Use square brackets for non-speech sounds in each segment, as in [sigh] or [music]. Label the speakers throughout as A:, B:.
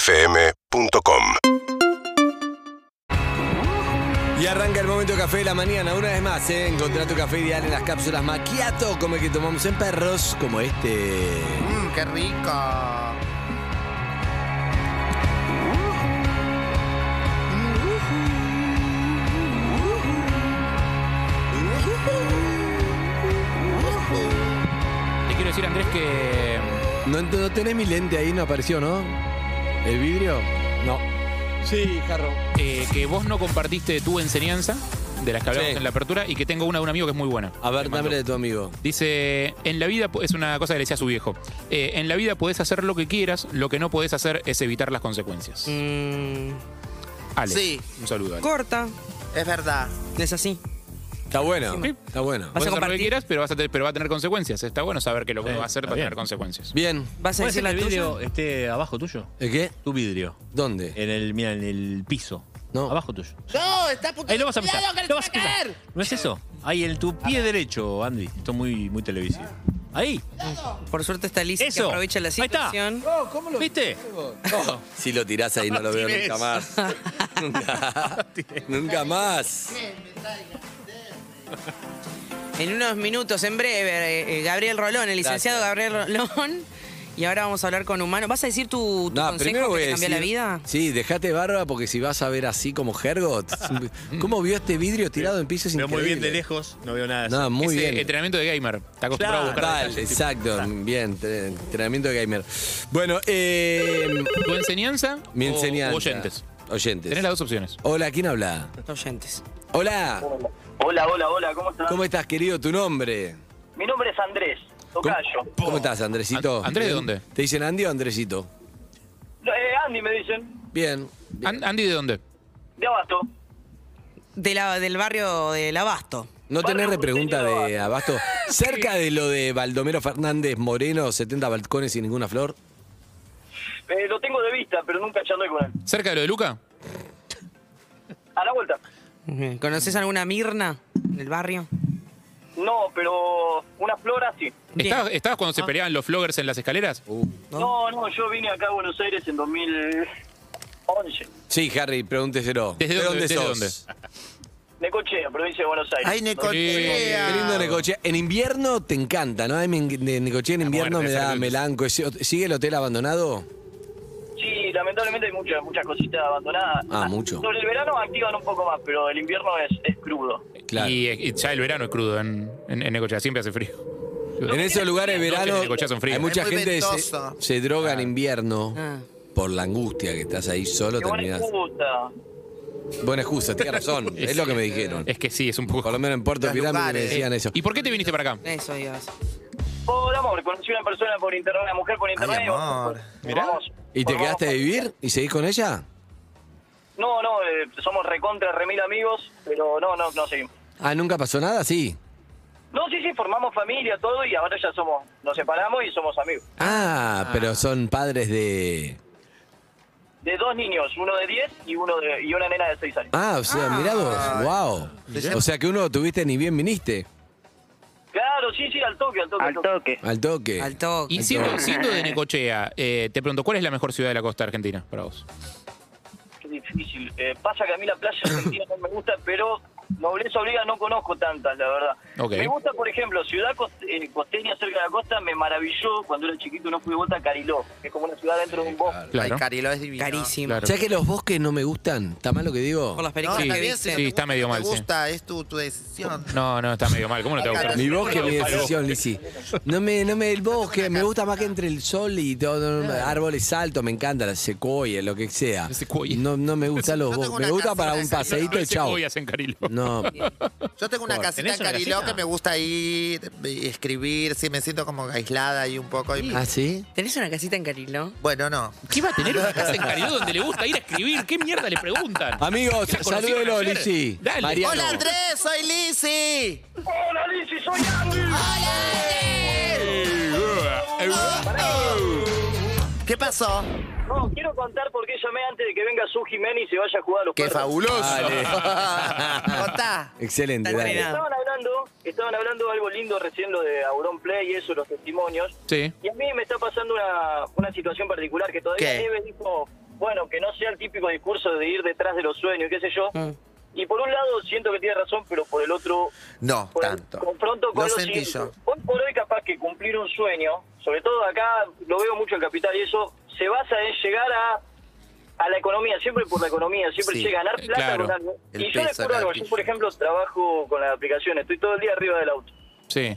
A: UrbanaPlayFM.com
B: Y arranca el momento café de la mañana, una vez más, ¿eh? Encontrá tu café ideal en las cápsulas maquiato, como el que tomamos en perros, como este.
C: Mmm, qué rico.
D: Te quiero decir, Andrés, que.
B: No, no tenés mi lente ahí, no apareció, ¿no? ¿El vidrio? No. Sí, Jarro.
D: eh, que vos no compartiste tu enseñanza, de las que hablamos
B: Sí.
D: en la apertura, y que tengo una de un amigo que es muy buena.
B: A ver,
D: Te mando.
B: dámele de tu amigo.
D: Dice, en la vida, po- es una cosa que le decía a su viejo, eh, en la vida podés hacer lo que quieras, lo que no podés hacer es evitar las consecuencias.
E: Mm,
D: Ale,
C: sí.
D: un saludo. Ale.
E: corta,
C: Es verdad.
E: es así.
B: Está bueno,
D: Sí.
B: está bueno.
D: Podés hacer
E: a
D: lo que
E: compartir?
D: quieras, pero, vas a tener- pero va a tener consecuencias. Está bueno saber que lo que va a hacer va a tener consecuencias.
B: Bien.
E: ¿Vas a
F: ¿Puede
E: decir
F: ser que
E: la
F: el vidrio
E: tuya?
F: esté abajo tuyo?
B: ¿El qué?
F: Tu vidrio.
B: ¿Dónde?
F: En el, mira, en el piso.
B: No.
F: Abajo tuyo.
C: No, está puto.
F: Ahí lo vas a pisar.
C: cuidado que le
F: Lo vas a
C: va a
F: pisar.
C: caer.
F: ¿No es eso? Ahí en tu pie derecho, Andy. Esto es muy, muy televisivo. Ahí.
E: Por suerte está Liz que
F: Eso.
E: aprovecha la
F: Ahí está.
E: situación.
F: ¿Viste?
B: Si lo tirás ahí, no lo veo nunca más. Nunca. Nunca más.
E: En unos minutos, en breve, eh, eh, Gabriel Rolón, el licenciado Gabriel Rolón. Y ahora vamos a hablar con humano. ¿Vas a decir tu, tu
B: No, primero
E: consejo
B: voy
E: que
B: a
E: te cambió la
B: decir-
E: vida?
B: Sí, dejate barba porque si vas a ver así como Hergot. ¿Cómo vio este vidrio tirado en pisos
F: Veo muy bien de
B: increíble?
F: lejos, no veo nada. de eso.
B: No, muy
D: Ese
B: bien.
D: entrenamiento de gamer. Está acostumbrado a
F: Claro,
D: buscar.
B: Tal,
D: detalles.
B: exacto, bien, tre- entrenamiento de gamer. Bueno, eh,
D: ¿Tu enseñanza?
B: mi
D: o-
B: enseñanza.
D: O Oh, oyentes.
B: Oyentes.
D: Tenés las dos opciones.
B: Hola, ¿quién habla?
E: Los Oyentes.
B: Hola,
G: Hola, hola, hola, ¿cómo estás?
B: ¿cómo estás, querido? ¿Tu nombre?
G: Mi nombre es Andrés, tocayo.
B: ¿Cómo estás, Andresito?
D: An- ¿Andrés de dónde?
B: ¿Te dicen Andy o Andresito?
G: Eh, Andy me dicen,
B: Bien. bien.
D: An- Andy, ¿de dónde?
G: de Abasto.
E: De la- del barrio del Abasto.
B: No tenés
G: Barrio
B: repregunta
G: Porteño
B: de abasto. Cerca de lo de Baldomero Fernández Moreno, 70 balcones sin ninguna flor.
G: Eh, lo tengo de vista, pero nunca charlé con él.
D: ¿Cerca de lo de Luca?
G: A la vuelta.
E: Ujú. ¿Conoces alguna Mirna en el barrio?
G: No, pero una flora sí.
E: Bien.
D: ¿Estabas, estabas cuando se peleaban los floggers en las escaleras?
G: No, no, yo vine acá a Buenos Aires en 2011.
B: Sí, Harry, pregúnteselo.
D: ¿Desde
B: ¿De
D: dónde-
B: dónde
D: desde
B: sos?
D: dónde?
G: Necochea, provincia de Buenos Aires.
C: Ay,
B: Qué lindo
C: Necochea.
B: Necochea. En invierno te encanta, ¿no? A mí me- de Necochea en invierno
D: muerte,
B: me da
D: Fernández.
B: melanco. Ese ot- ¿Sigue el hotel abandonado?
G: Sí, lamentablemente hay muchas, muchas cositas abandonadas.
B: Ah, mucho.
G: Sobre el verano activan un poco más, pero el invierno es, es crudo.
B: Claro.
D: Y, eh, y ya el verano es crudo en, en, en Necochea, siempre hace frío.
B: en esos lugares
D: Las noches
B: verano
D: de Necochea son frías.
B: hay mucha
C: Es muy
B: gente que se,
C: ventoso.
B: se droga en invierno
E: Ah.
B: por la angustia que estás ahí solo
G: Qué buena
B: terminás.
G: excusa.
B: Buena excusa, tienes
D: [laughs]
B: razón, es lo que me dijeron.
D: Es que sí, es un poco.
B: Por lo menos en Puerto
C: Los
B: Pirámide me
C: lugares.
B: decían eso.
D: ¿Y por qué te viniste para acá?
E: Eso, Dios.
G: Por amor, Oh, conocí a una persona por internet, una mujer por internet. y vamos,
C: amor.
G: nos
D: Mirá.
G: vamos-
B: ¿Y te
G: nos
B: quedaste a
G: vamos.
B: vivir y seguís con ella?
G: No, no, eh, somos recontra, remil amigos, pero no, no, no seguimos.
B: Ah, nunca pasó nada, sí.
G: No, sí, sí, formamos familia, todo, y ahora ya somos, nos separamos y somos amigos.
B: Ah, pero son padres de.
G: De dos niños, uno de 10 y uno de, y una nena de 6 años.
B: Ah, o sea, mirá vos, wow. O sea que uno tuviste ni bien viniste.
G: Claro, sí, sí, al toque, al toque. Al toque.
B: Al toque.
E: Al toque.
D: Y siendo, siendo de Necochea, eh, te pregunto, ¿cuál es la mejor ciudad de la costa argentina para vos?
G: Qué difícil. Eh, pasa que a mí la playa argentina no me gusta, pero nobleza obliga no conozco tantas, la verdad.
D: Ok.
G: Me gusta, por ejemplo, ciudad cost- eh, costeña cerca de la costa, me maravilló cuando era chiquito, no fui de vuelta a Cariló, que es como una ciudad dentro de un bosque.
D: Claro.
C: Ay, Carilo es divino.
E: Carísimo.
D: Claro.
B: ¿Sabes que los bosques no me gustan? ¿Está mal lo que digo?
E: Por las
C: No,
E: películas
D: Sí,
C: está
E: que
C: bien,
E: viste.
C: si no
D: sí,
C: te
D: está
C: gusta,
D: medio
C: no
D: mal,
C: Te
D: sí.
C: gusta, es tu, tu decisión.
D: No, no, está medio mal. ¿Cómo no te va a gustar?
B: Mi bosque, mi decisión, Lizzy. No me, no me, el bosque, me gusta más que entre el sol y todo, no, árboles altos, me encanta, la secuoya, lo que sea.
D: La secuoya.
B: No, no me gustan [laughs] los
C: Yo tengo
B: bosques, me
C: una
B: gusta
C: casa
B: para
C: de
B: un
C: esas,
B: paseíto y chao.
D: Hoy hacen Carilo.
B: No,
C: Yo tengo una
B: Por-
C: casita en
F: ¿Tenés una
C: Cariló
F: casita?
C: que me gusta ir, eh, escribir, sí, me siento como aislada ahí un poco. y-
B: [laughs] ¿ah, sí?
E: ¿Tenés una casita en Cariló?
C: Bueno, no.
D: ¿Qué va a tener una
B: [laughs]
D: casa en Cariló donde le gusta ir a escribir? ¿Qué mierda le preguntan?
B: Amigos,
D: ¿Qué la conocieron
B: salúdenlo,
D: ayer?
B: Lizzy.
D: Dale.
B: Mariano.
C: ¡Hola, Andrés! ¡Soy Lizzy!
G: ¡Hola, Lizzy, ¡Oh, soy Andy!
C: ¡Hola, Andrés! ¿Qué pasó?
G: No, quiero contar por qué llamé antes de que venga Su Jiménez y se vaya a jugar a los
C: ¡Qué
G: perros.
C: fabuloso!
D: [laughs]
B: Dale.
C: Contá.
B: Excelente,
E: Está
B: dale.
E: entrenado.
G: Estaban hablando, estaban hablando de algo lindo recién lo de Auron Play y eso, los testimonios.
D: Sí.
G: Y a mí me está pasando una, una situación particular que todavía
C: ¿Qué?
G: Eve dijo, bueno, que no sea el típico discurso de ir detrás de los sueños, qué sé yo.
E: Mm.
G: Y por un lado siento que tiene razón, pero por el otro
C: No,
G: por-
C: tanto.
G: confronto con
C: Lo
G: lo
C: sentí
G: siguiente.
C: yo.
G: Hoy por hoy capaz que cumplir un sueño, sobre todo acá lo veo mucho en Capital y eso, se basa en llegar a, a la economía, siempre por la economía, siempre
C: Sí,
G: che, ganar
D: eh,
G: plata
D: claro.
G: con algo.
C: El
G: y yo les
C: peso,
G: juro
C: la
G: algo, yo por
C: brilla.
G: ejemplo trabajo con las aplicaciones, estoy todo el día arriba del auto.
D: Sí.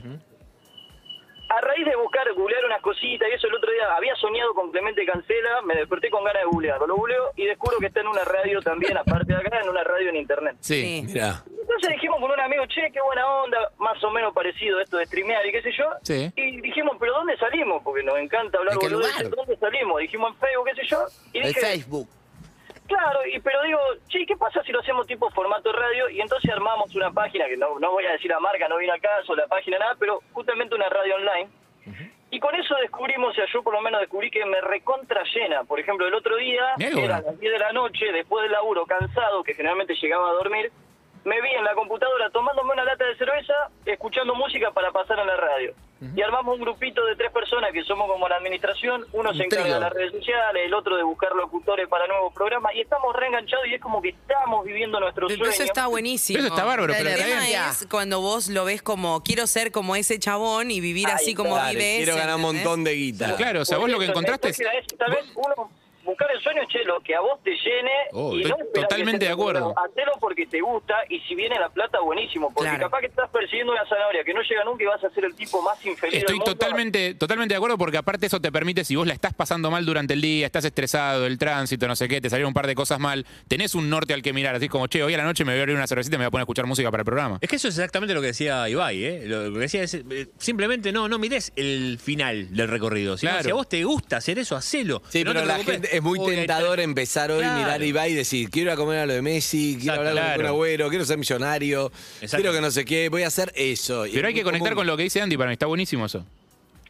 G: A raíz de buscar, googlear unas cositas y eso el otro día había soñado con Clemente Cancela, me desperté con ganas de googlearlo, lo googleo y descubro que está en una radio también, aparte de acá, en una radio en internet.
D: Sí.
B: Mirá.
G: Entonces dijimos con un amigo, che, qué buena onda, más o menos parecido esto de streamear y qué sé yo.
D: Sí.
G: Y dijimos, pero ¿dónde salimos? Porque nos encanta hablar
C: ¿En qué
G: boludeces,
C: lugar?
G: ¿Dónde salimos? Dijimos en Facebook, qué sé yo. Y
C: El
G: dije,
C: Facebook.
G: claro, y, pero digo, che, ¿qué pasa si lo hacemos tipo formato radio? Y entonces armamos una página, que no, no voy a decir la marca, no viene al caso, la página, nada, pero justamente una radio online. Y con eso descubrimos, o sea, yo por lo menos descubrí que me recontra llena. Por ejemplo, el otro día,
D: Mirá qué bueno.
G: era a las 10 de la noche, después del laburo, cansado, que generalmente llegaba a dormir, me vi en la computadora tomándome una lata de cerveza, escuchando música para pasar a la radio. Y armamos un grupito de tres personas que somos como la administración, uno se encarga
C: trío.
G: de las redes sociales, el otro de buscar locutores para nuevos programas, y estamos reenganchados y es como que estamos viviendo nuestro
E: Pero
G: sueño.
E: Eso está buenísimo.
D: Eso está bárbaro,
E: El
D: pero está
E: tema
D: bien.
E: es cuando vos lo ves como quiero ser como ese chabón y vivir
G: Ahí
E: así
G: está.
E: como
B: Dale,
E: vive.
B: quiero
E: ese,
B: ganar un
E: ¿entendés?
B: montón de guita.
D: Claro, o sea, vos lo que
G: Entonces,
D: encontraste es.
G: entonces es, tal vez uno buscar el sueño, che, lo que a vos te llene.
D: Oh,
G: y
D: estoy
G: no esperar que
D: totalmente
G: te-
D: de acuerdo.
G: Hacelo porque te gusta y si viene la plata, buenísimo. Porque
E: Claro.
G: capaz que estás persiguiendo una zanahoria que no llega nunca y vas a ser el tipo más infeliz. del
D: Estoy
G: mundo.
D: totalmente, totalmente de acuerdo porque aparte eso te permite, si vos la estás pasando mal durante el día, estás estresado, el tránsito, no sé qué, te salieron un par de cosas mal, tenés un norte al que mirar, así como, che, hoy a la noche me voy a abrir una cervecita y me voy a poner a escuchar música para el programa.
F: Es que eso es exactamente lo que decía Ibai, ¿eh? Lo, lo que decía es, eh, simplemente no, no mires el final del recorrido. sino
D: Claro.
F: Si a vos te gusta hacer eso, hacelo.
B: Sí,
F: No
B: pero
F: te
B: la
F: preocupes.
B: gente es muy
F: Uy, ahí está.
B: tentador empezar hoy,
F: Claro.
B: mirar Ibai y decir, quiero ir a comer a lo de Messi, quiero
D: Exacto,
B: hablar
D: claro.
B: con un agüero, quiero ser millonario,
F: Exacto.
B: quiero que no sé qué, voy a hacer eso. Y
D: Pero
B: es
D: hay que
B: muy
D: conectar
B: común.
D: con lo que dice Andy, para mí está buenísimo eso.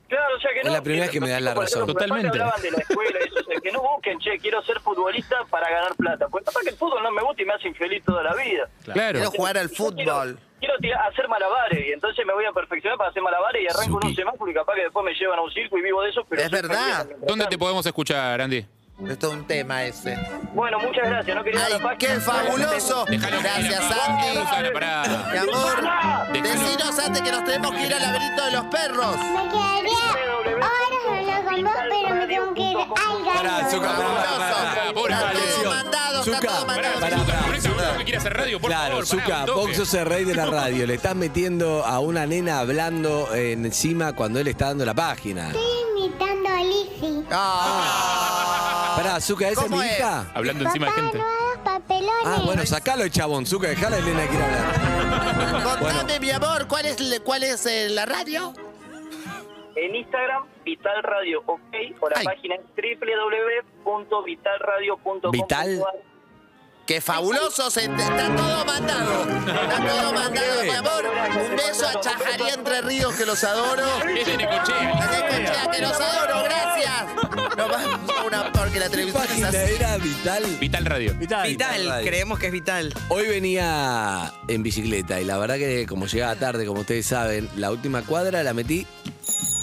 G: Claro, o sea que
B: Es
G: no.
B: la primera vez que me dan la
G: por ejemplo,
B: razón.
G: capaz que
D: Totalmente.
G: hablaban de la escuela y eso, o sea, que no busquen, che, quiero ser futbolista para ganar plata. Porque capaz que el fútbol no me gusta y me hace infeliz toda la vida.
D: Claro.
C: Quiero jugar al
G: Yo
C: fútbol.
G: Quiero, quiero tirar- hacer malabares y entonces me voy a perfeccionar para hacer malabares y arranco en un semáforo y capaz que después me llevan a un circo y vivo de eso. Pero
C: Es
G: soy
C: verdad.
G: feliz mientras
D: ¿Dónde te
G: tanto.
D: podemos escuchar, Andy?
C: Es todo un tema ese.
G: Bueno, muchas gracias. No quería dar
C: ¡Ay,
G: la página.
C: qué fabuloso!
D: Déjalo que
C: Gracias,
D: diga,
C: Andy.
D: pará, pará.
C: Mi amor,
D: Déjalo.
C: decinos antes que nos tenemos que ir al laberinto de los perros.
H: Me quedaría horas hablando con vos, pero me tengo que ir al
B: Pará,
H: gato.
B: Zucca, pará, pará, pará, pará,
D: Pobre
B: pará,
D: Valencia.
B: atención.
C: Mandado, está
B: Zucca,
C: todo
B: pará,
C: mandado.
B: pará,
D: Zucca,
B: pará.
D: ponete a uno que quiera hacer radio, por
B: Claro,
D: favor, pará,
B: Zucca,
D: un toque.
B: vos sos el rey de la radio. Le estás metiendo a una nena hablando eh, encima cuando él está dando la página.
H: Estoy imitando a Lizzy.
C: Ah.
B: Pará, Zucca, ¿esa es mi
C: ¿Cómo es?
B: hija?
D: Hablando
H: Papá,
D: encima de gente.
H: no hagas papelones.
B: Ah, bueno, sacalo, chabón. Zucca, dejala a Elena que ir a hablar.
C: Contame,
B: Bueno.
C: mi amor, ¿cuál es, le- cuál es eh, la radio?
G: En Instagram, Vital Radio OK o la
C: Ay.
G: página es www.vitalradio.com.
B: ¿Vital?
C: ¡Qué fabuloso! se- te- está todo mandado. Está todo mandado, mi amor. Un beso a Chajaría Entre Ríos, que los adoro.
D: Es de Necochea.
C: A Necochea, que los adoro, gracias. Nos vamos a una porque la
B: ¿Qué
C: televisión es
B: página
C: así.
B: era vital?
D: Vital Radio.
F: Vital.
E: Vital,
B: Radio.
E: creemos que es vital.
B: Hoy venía en bicicleta y la verdad que como llegaba tarde, como ustedes saben, la última cuadra la metí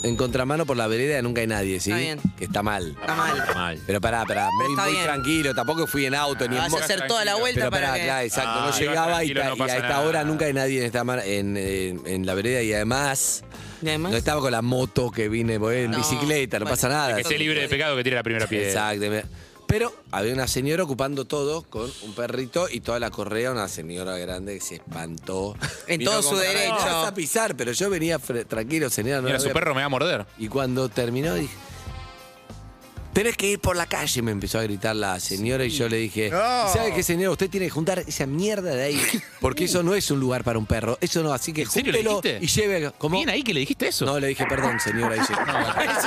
B: en contramano por la vereda de Nunca hay nadie, ¿sí?
E: Está bien.
B: Que está mal.
E: Está mal.
F: Mal.
B: Pero pará, pará,
E: Pero
B: muy,
E: está
B: muy
E: bien.
B: tranquilo, tampoco fui en auto ni en
E: Vas a
B: moto.
E: hacer toda la
D: tranquilo.
E: vuelta
B: Pero
E: para
B: pará,
E: que...
B: claro, exacto,
D: Ah,
B: no
D: iba
B: llegaba y,
D: tranquilo,
B: ta-
D: no
B: y a
D: pasa
B: esta
D: nada.
B: hora nunca hay nadie en, esta mar- en, en- en la vereda y además
E: ¿Y además?
B: no
E: [laughs]
B: estaba con la moto que vine voy en
E: No,
B: bicicleta, no
E: bueno,
B: pasa nada.
D: Que esté libre de pecado que tire la primera piedra.
B: Exacto. Pero había una señora ocupando todo con un perrito y toda la correa, una señora grande que se
D: [laughs]
B: espantó.
E: En
B: Vino
E: todo
B: como,
E: su
B: "No,
E: derecho".
B: me vas a pisar, pero yo venía fre- tranquilo, señora. No
D: Mira,
B: la
D: su
B: voy a-
D: perro me va a morder.
B: Y cuando terminó dije, tenés que ir por la calle, me empezó a gritar la señora y yo le dije,
C: No.
B: "¿Y ¿sabe qué señora? Usted tiene que juntar esa mierda de ahí, porque eso no es un lugar para un perro, eso no, así que
D: ¿En serio le
B: júntelo
D: dijiste?
B: y lleve... ¿Cómo?
D: Bien ahí que le dijiste eso.
B: No, le dije, perdón, señora.
D: [laughs]
B: dice.
E: Eso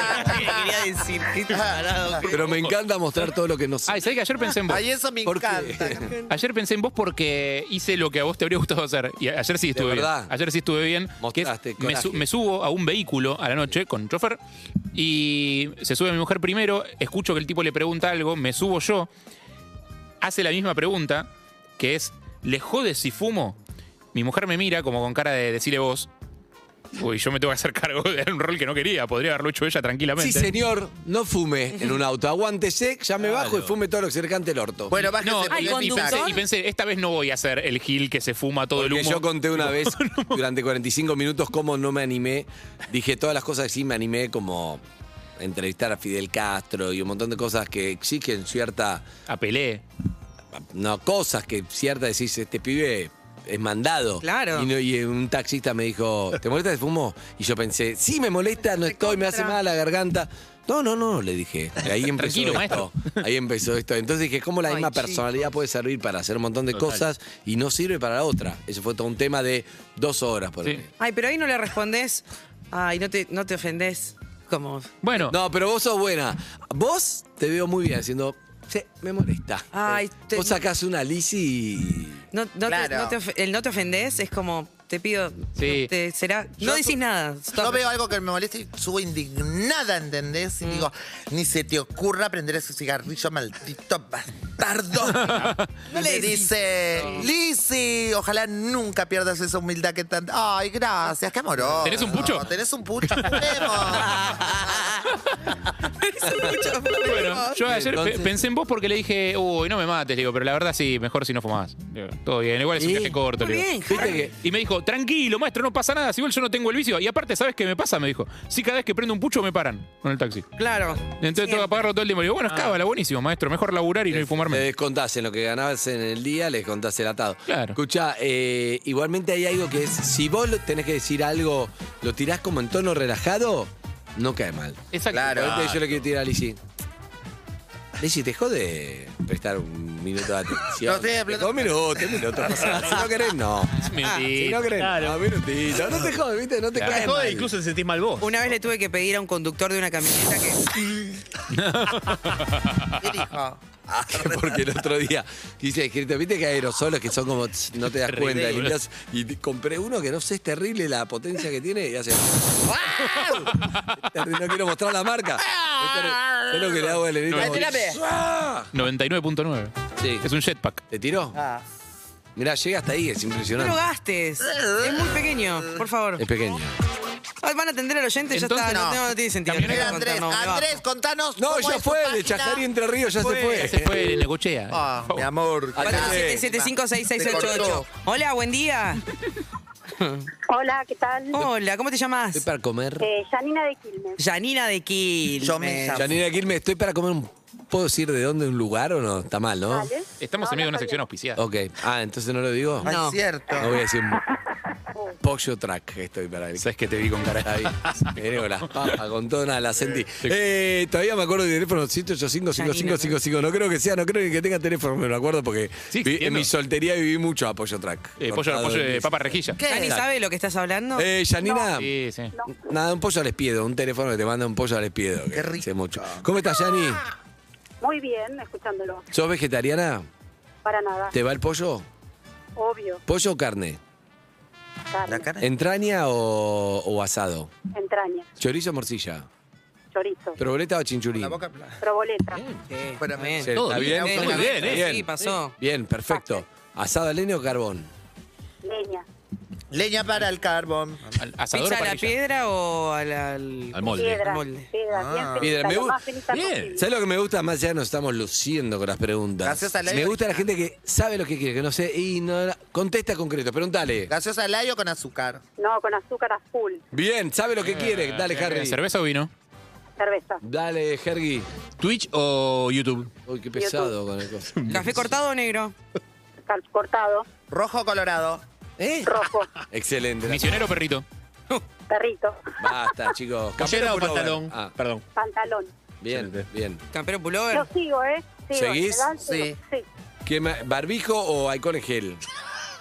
E: es lo que quería decir. Qué tarado que-
B: Pero me encanta mostrar todo lo que no sé.
D: Ay, ¿sabés que ayer pensé en vos?
C: Ay, eso me
B: ¿Por qué?
C: encanta.
D: Ayer pensé en vos porque hice lo que a vos te habría gustado hacer. Y a- ayer sí estuve
B: verdad.
D: bien. Ayer sí estuve bien. que es-
B: Mostraste
D: me,
B: coraje.
D: su- me subo a un vehículo a la noche con un chofer y se sube mi mujer primero. escucho que el tipo le pregunta algo, me subo yo, hace la misma pregunta, que es, ¿le jode si fumo? Mi mujer me mira como con cara de decirle vos. Uy, yo me tengo que hacer cargo de un rol que no quería, podría haberlo hecho ella tranquilamente.
B: Sí, señor, no fume en un auto. Aguántese, ya me bajo y fume todo lo cercante el orto.
C: Bueno, bájese
D: No,
C: porque
E: ¿al
D: y,
C: es mi
E: conductor?
D: pensé,
C: taxi.
D: y pensé, esta vez no voy a ser el gil que se fuma todo
B: Porque
D: [laughs] el humo.
B: yo conté una vez durante 45 minutos cómo no me animé. Dije todas las cosas que sí me animé, como entrevistar a Fidel Castro y un montón de cosas que exigen cierta.
D: Apelé.
B: No, cosas que cierta decís, este pibe es mandado.
E: Claro.
B: Y, no- y un taxista me dijo, ¿te molesta si fumo? Y yo pensé, sí, me molesta, no estoy, me hace
E: contra.
B: mal la garganta. No, no, no, le dije. Y
D: [laughs]
B: ahí empezó
D: Tranquilo,
B: esto. Ahí empezó esto. Entonces dije, ¿cómo la
E: Ay,
B: misma
E: chico.
B: personalidad puede servir para hacer un montón de
F: Total.
B: cosas y no sirve para la otra? Eso fue todo un tema de dos horas, por
D: Sí.
B: ejemplo.
E: Ay, pero ahí no le respondés. Ay, no te, no te ofendés. Como.
D: Bueno,
B: No, pero vos sos buena. Vos te veo muy bien haciendo. Sí, me molesta. Eh,
E: Ay, te-
B: Vos sacás una lisi y.
E: No, no te,
C: Claro.
E: no te ofe- el no te ofendés es como, te pido.
D: Sí.
E: no te- será,
C: Yo
E: no
C: su-
E: decís nada.
C: Yo
E: [laughs]
C: veo algo que me molesta y subo indignada, ¿entendés? Y digo, ni se te ocurra prender ese cigarrillo, maldito bastardo.
E: No
C: no
E: le
C: le
E: decís.
C: dice, Lizzy, ojalá nunca pierdas esa humildad que tanto. Ay, gracias, qué amoroso.
D: ¿Tenés un pucho?
C: Tenés un pucho, fumemos.
D: bueno, yo ayer pe-
B: Entonces-
D: pensé en vos porque le dije, uy, no me mates, le digo, pero la verdad sí, mejor si no fumás. Le digo, todo bien, igual es un
B: Sí.
D: viaje corto,
E: Muy
D: le digo.
E: bien,
B: Viste que.
D: Y me dijo, tranquilo, maestro, no pasa nada, si igual yo no tengo el vicio. Y aparte, ¿sabes qué me pasa? Me dijo, sí, cada vez que prendo un pucho me paran con el taxi.
E: Claro. eh,
D: Entonces tengo que apagarlo todo el tiempo. Le digo, bueno, es cábala, buenísimo, maestro, mejor laburar y no ir
B: Le
D: fumarme.
B: descontás en lo que ganabas en el día, le descontás el atado.
D: Claro.
B: Escuchá, eh, igualmente hay algo que es, si vos lo- tenés que decir algo, lo tirás como en tono relajado, no cae mal.
D: Exacto.
B: Claro, yo le quiero tirar a Lizzy. Lizzy, te jode prestar un minuto de atención. [laughs]
C: No te-
B: Dos minutos, un minuto. pasa nada. Si no querés, no. Si no querés,
F: Claro.
B: no, minutito. No te jode, viste, no te
D: Claro.
B: cae
F: Joder,
B: mal.
F: incluso te sentís mal vos.
E: Una vez le tuve que pedir a un conductor de una camioneta que.
C: ¿Qué dijo?
B: [laughs] Porque el otro día dice, escrito, viste que hay aerosoles que son como, tss, no te das cuenta,
D: Terrible.
B: limpias, y te- compré uno que no sé, es terrible la potencia que tiene y hace... Terrible, no quiero mostrar la marca. Es lo que le hago al Lenito.
D: No,
B: ¡Ah!
D: 99.9.
B: Sí.
D: Es
B: [laughs]
D: un jetpack.
B: ¿Te tiró? Mirá, llega hasta ahí, es
E: No
B: impresionante.
E: lo gastes. Es muy pequeño, por favor.
B: Es pequeño.
E: Ah, Van a atender al oyente, ya
D: Entonces,
E: está. No,
C: no.
E: no, no tiene sentido.
D: Camioneta
E: no
C: Mira,
E: voy a
C: Andrés,
E: contar, no, me bajo.
C: Andrés, contanos.
B: No,
C: cómo
B: ya
C: es tu
B: fue, de
C: página.
B: Chajarí Entre Ríos, ya se fue.
D: Se fue de negochea.
C: Ah, mi amor.
B: Pará.
C: gracias.
E: 47756688. Hola, buen día.
I: Hola, ¿qué tal?
B: Oh.
E: Hola, ¿cómo te
B: Estoy
E: llamas?
B: para comer.
I: Eh, Janina de Quilmes.
E: Janina de Quilmes.
C: Yo me llamo-
B: Janina Quilmes, estoy para comer un... ¿Puedo decir de dónde, un lugar o no? Está mal, ¿no?
I: ¿Vale?
D: Estamos en medio de una
I: Hola,
D: sección auspiciada.
B: Ok. Ah, entonces no lo digo.
C: Ay,
E: No.
C: cierto.
B: No voy a decir un pollo track que estoy para él.
D: Sabes que te vi con cara.
B: Ahí, viene con las papas, con toda una la sentí. Eh, todavía me acuerdo del teléfono 185 No creo que sea, no creo ni que tenga teléfono, me lo acuerdo porque
D: Sí,
B: vi- en
D: entiendo.
B: mi soltería viví mucho a pollo track.
D: Eh, pollo,
B: Cortado
D: pollo
B: en
D: de
B: diez.
D: papa rejilla.
C: ¿Qué?
E: ¿Jani sabe lo que estás hablando?
B: Eh, Janina,
D: Sí, sí.
B: nada, un pollo al espiedo, un teléfono que te manda un pollo al espiedo. que
C: Qué rico.
B: hace mucho. ¿Cómo estás, Yani?
I: Muy bien, escuchándolo.
B: ¿Sos vegetariana?
I: Para nada.
B: ¿Te va el pollo?
I: Obvio.
B: ¿Pollo o carne?
I: Carne.
C: La cara.
B: ¿Entraña o, o asado?
I: Entraña.
B: ¿Chorizo o morcilla?
I: Chorizo.
B: ¿Proboleta o chinchulín?
C: La boca plana.
I: proboleta.
E: Sí,
C: Bueno,
E: muy bien.
B: Sí,
F: Todo
B: está
F: bien,
B: bien,
F: muy bien,
E: Sí,
B: ¿eh?
E: Sí, pasó.
B: Bien, perfecto. ¿Asado a leña o carbón?
I: Leña.
C: Leña para el carbón.
D: Al- Asador
E: ¿Pizza
D: o
E: a la
D: parrilla.
E: piedra o al, al-
F: Al molde.
I: Piedra.
E: Molde.
I: Piedra.
C: Ah.
I: bien
B: Piedra,
I: finita,
B: me
I: lo
B: gu-
I: más finita
F: Bien.
I: posible.
B: ¿Sabes lo que me gusta? Más ya nos estamos luciendo con las preguntas.
C: Gracias a la-
B: Me gusta la gente que sabe lo que quiere, que no sé, y no contesta concreto, pregúntale.
C: Gaseosa layo con azúcar.
I: No, con azúcar azul.
B: Bien, sabe lo
F: Ah,
B: que quiere. Dale, Harry.
D: ¿Cerveza o vino?
I: Cerveza.
B: Dale, Hergy.
F: ¿Twitch o YouTube?
B: Uy, qué pesado con el [laughs] coso.
E: ¿Café cortado o negro?
I: cal- Cortado.
C: Rojo o colorado.
B: ¿Eh? [laughs]
I: Rojo.
B: Excelente.
D: ¿Misionero o perrito?
I: Perrito.
B: Basta, [laughs] chicos.
F: ¿Pollera o
B: Campero pullover.
F: pantalón?
B: Ah,
F: Perdón.
I: Pantalón.
B: bien,
F: Excelente.
B: bien.
E: ¿Campero
I: Lo
E: pullover?
I: sigo, ¿eh? Sigo,
B: ¿Seguís?
I: ¿verdad?
C: Sí.
I: Sigo, Sí.
B: ¿Qué ma- ¿Barbijo o alcohol en gel?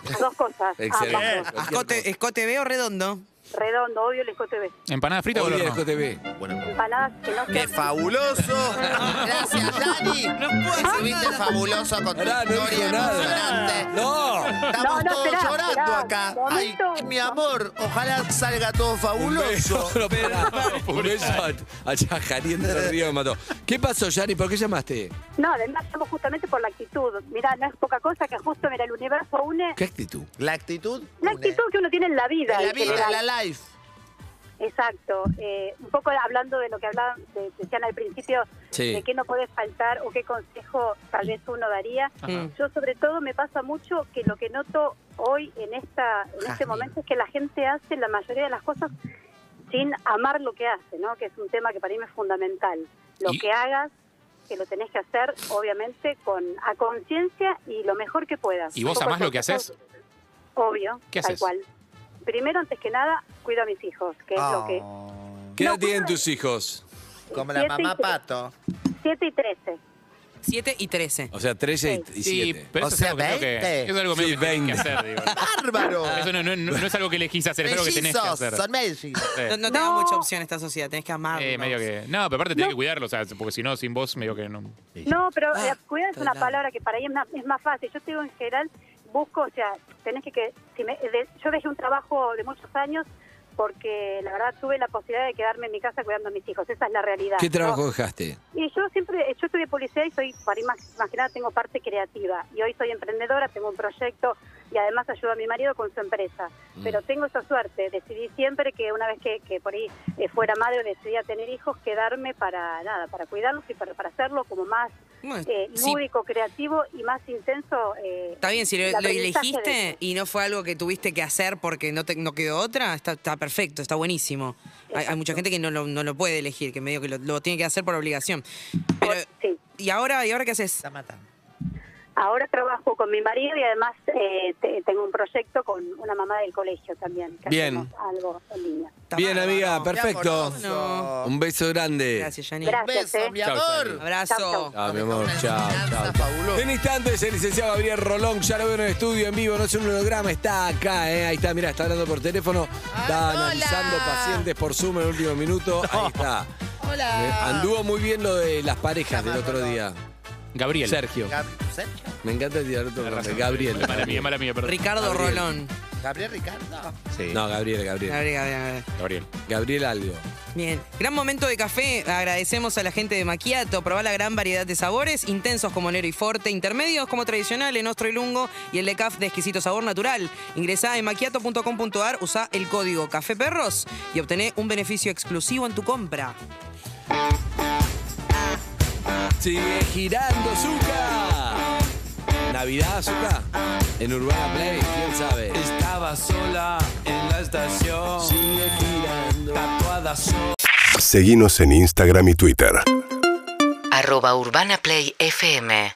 I: Las Dos
B: [laughs]
I: cosas.
B: Excelente.
I: Ambas
B: Cualquier
E: ¿Escote, escote B o redondo?
I: dos. Redondo, obvio, el escote B.
D: ¿Empanada frita
B: cosa.
D: o
B: Hoy
D: al
B: viene
D: horno?
B: Escote B.
F: Bueno.
I: Empanadas que no
C: ¡Qué
I: sean-
C: fabuloso! Gracias, Dani. sí.
E: No puedo hacer
C: Estuviste
E: nada.
C: fabuloso con tu
B: Pará, no
C: historia
B: dijo nada.
C: emocionante.
B: No.
C: Estamos
I: No, no,
C: todos
I: esperá,
C: llorando
I: esperá.
C: acá. Ay,
I: Momento.
C: mi amor, ojalá salga todo
B: Un beso,
C: fabuloso.
B: no, [laughs] pará. Un beso a, a Chajarí Entre Ríos me mató. ¿Qué pasó, Yari? ¿Por qué llamaste?
I: No, además estamos justamente por la actitud. Mirá, no es poca cosa que justo, mira, el universo une
B: ¿Qué actitud?
C: La actitud.
I: la actitud que uno tiene en la vida.
C: La
I: en
C: vida,
I: general.
C: la life.
I: Exacto. Eh, un poco hablando de lo que hablaban, de- decían al principio,
B: Sí.
I: de qué no puede faltar o qué consejo tal vez uno daría.
E: Ajá.
I: Yo sobre todo me pasa mucho que lo que noto hoy en esta en este
C: Jazmín.
I: momento es que la gente hace la mayoría de las cosas sin amar lo que hace, ¿no? Que es un tema que para mí es fundamental. Lo
D: Y-
I: que hagas que lo tenés que hacer, obviamente, con a conciencia y lo mejor que puedas.
D: ¿Y vos
I: Pocos
D: amás lo que haces?
I: Obvio,
D: ¿Qué
I: tal
D: haces?
I: cual. Primero, antes que nada, cuido a mis hijos, que es lo que...
B: ¿Qué
I: No,
B: edad tienen
I: no.
B: tus hijos?
C: Oh, Como la
I: Siete y
C: mamá
I: tres.
C: pato.
I: 7 y 13.
E: 7 y 13.
B: O sea, 13 y
D: Sí,
B: 7.
D: pero
C: O
D: eso
C: sea,
D: es algo que, creo que-
C: 20.
D: eso es algo medio
B: Sí,
D: que tenés
B: 20.
D: que hacer, digo.
C: ¡Bárbaro!
D: Eso no, no- no es algo que elegís hacer, es algo que tenés que
C: Mellizos,
D: hacer.
C: son Ah, mellizos.
D: Sí.
E: No, no te da
I: No.
E: mucha opción esta sociedad, tenés que amarlos.
D: Eh, medio que, no, pero aparte tenés que cuidarlo, o sea, porque si no, sin vos, medio que no.
I: No, pero
B: Ah,
I: eh, cuidar es
B: está
I: una
B: del lado.
I: palabra que para mí es más, es más fácil. Yo te digo, en general, busco, o sea, tenés que... que si me- de- yo dejé un trabajo de muchos años porque la verdad tuve la posibilidad de quedarme en mi casa cuidando a mis hijos. Esa es la realidad.
B: ¿Qué
I: ¿no?
B: trabajo dejaste?
I: Y yo siempre, yo estudié publicidad y soy, para ir más, más que nada, tengo parte creativa. Y hoy soy emprendedora, tengo un proyecto y además ayudo a mi marido con su empresa.
E: Mm.
I: Pero tengo esa suerte, decidí siempre que una vez que, que por ahí eh, fuera madre o decidí a tener hijos, quedarme para nada, para cuidarlos y para, para hacerlo como más
E: Bueno,
I: eh,
E: sí.
I: lúdico, creativo y más intenso. eh,
E: Está bien, si lo,
I: el
E: lo
I: aprendizaje de
E: elegiste
I: eso.
E: y no fue algo que tuviste que hacer porque no, te, no quedó otra, está, está perfecto, está buenísimo. Hay, hay mucha gente que no lo, no lo puede elegir, que medio que lo, lo tiene que hacer por obligación. Pero,
I: Sí.
E: ¿y, ahora, ¿Y ahora qué haces?
C: Está matando.
I: Ahora trabajo con mi marido y además eh, te- tengo un proyecto con una mamá del colegio también. que
B: Bien.
I: hacemos Algo en línea.
E: Está
B: Bien,
E: bárbaro.
B: amiga, perfecto.
C: Qué
E: No.
C: amoroso.
B: Un beso grande.
E: Gracias, Janine.
I: Gracias.
C: Beso,
I: eh.
C: mi
D: Chau,
C: amor.
D: Tony.
E: Abrazo.
I: Chau, chau.
B: Ah, mi amor,
C: Una
B: chao,
C: enseñanza
B: chao.
C: fabulosa.
B: En instantes el licenciado Gabriel Rolón, ya lo veo en el estudio en vivo, no es un holograma, está acá, ¿eh? ahí está, mira, está hablando por teléfono, está
C: Ah, hola.
B: analizando pacientes por Zoom en el último minuto, [laughs] ahí está. Eh,
C: Hola.
B: Anduvo muy bien lo de las parejas del otro día.
D: Gabriel.
B: Sergio.
C: Gab- Sergio,
B: Me encanta tirar otro
D: Tenés
B: nombre,
D: razón.
B: Gabriel.
D: Mala mía, mala mía, perdón.
E: Ricardo
B: Gabriel.
E: Rolón.
C: Gabriel Ricardo.
F: Sí.
B: No, Gabriel, Gabriel.
E: Gabriel, Gabriel, Gabriel.
D: Gabriel.
B: Gabriel algo.
E: Bien, gran momento de café. Agradecemos a la gente de Maquiato. Probá la gran variedad de sabores, intensos como Lero y Forte, intermedios como tradicional en Ostro y Lungo y el de CAF de exquisito sabor natural. Ingresá en maquiato.com.ar, usá el código Café Perros y obtené un beneficio exclusivo en tu compra.
B: Sigue girando Zuka. Navidad Zuka. En Urbana Play, quién sabe.
J: Estaba sola en la estación,
B: Sigue girando.
J: tatuada sola.
A: Seguimos en Instagram y Twitter.
K: Arroba Urbana Play FM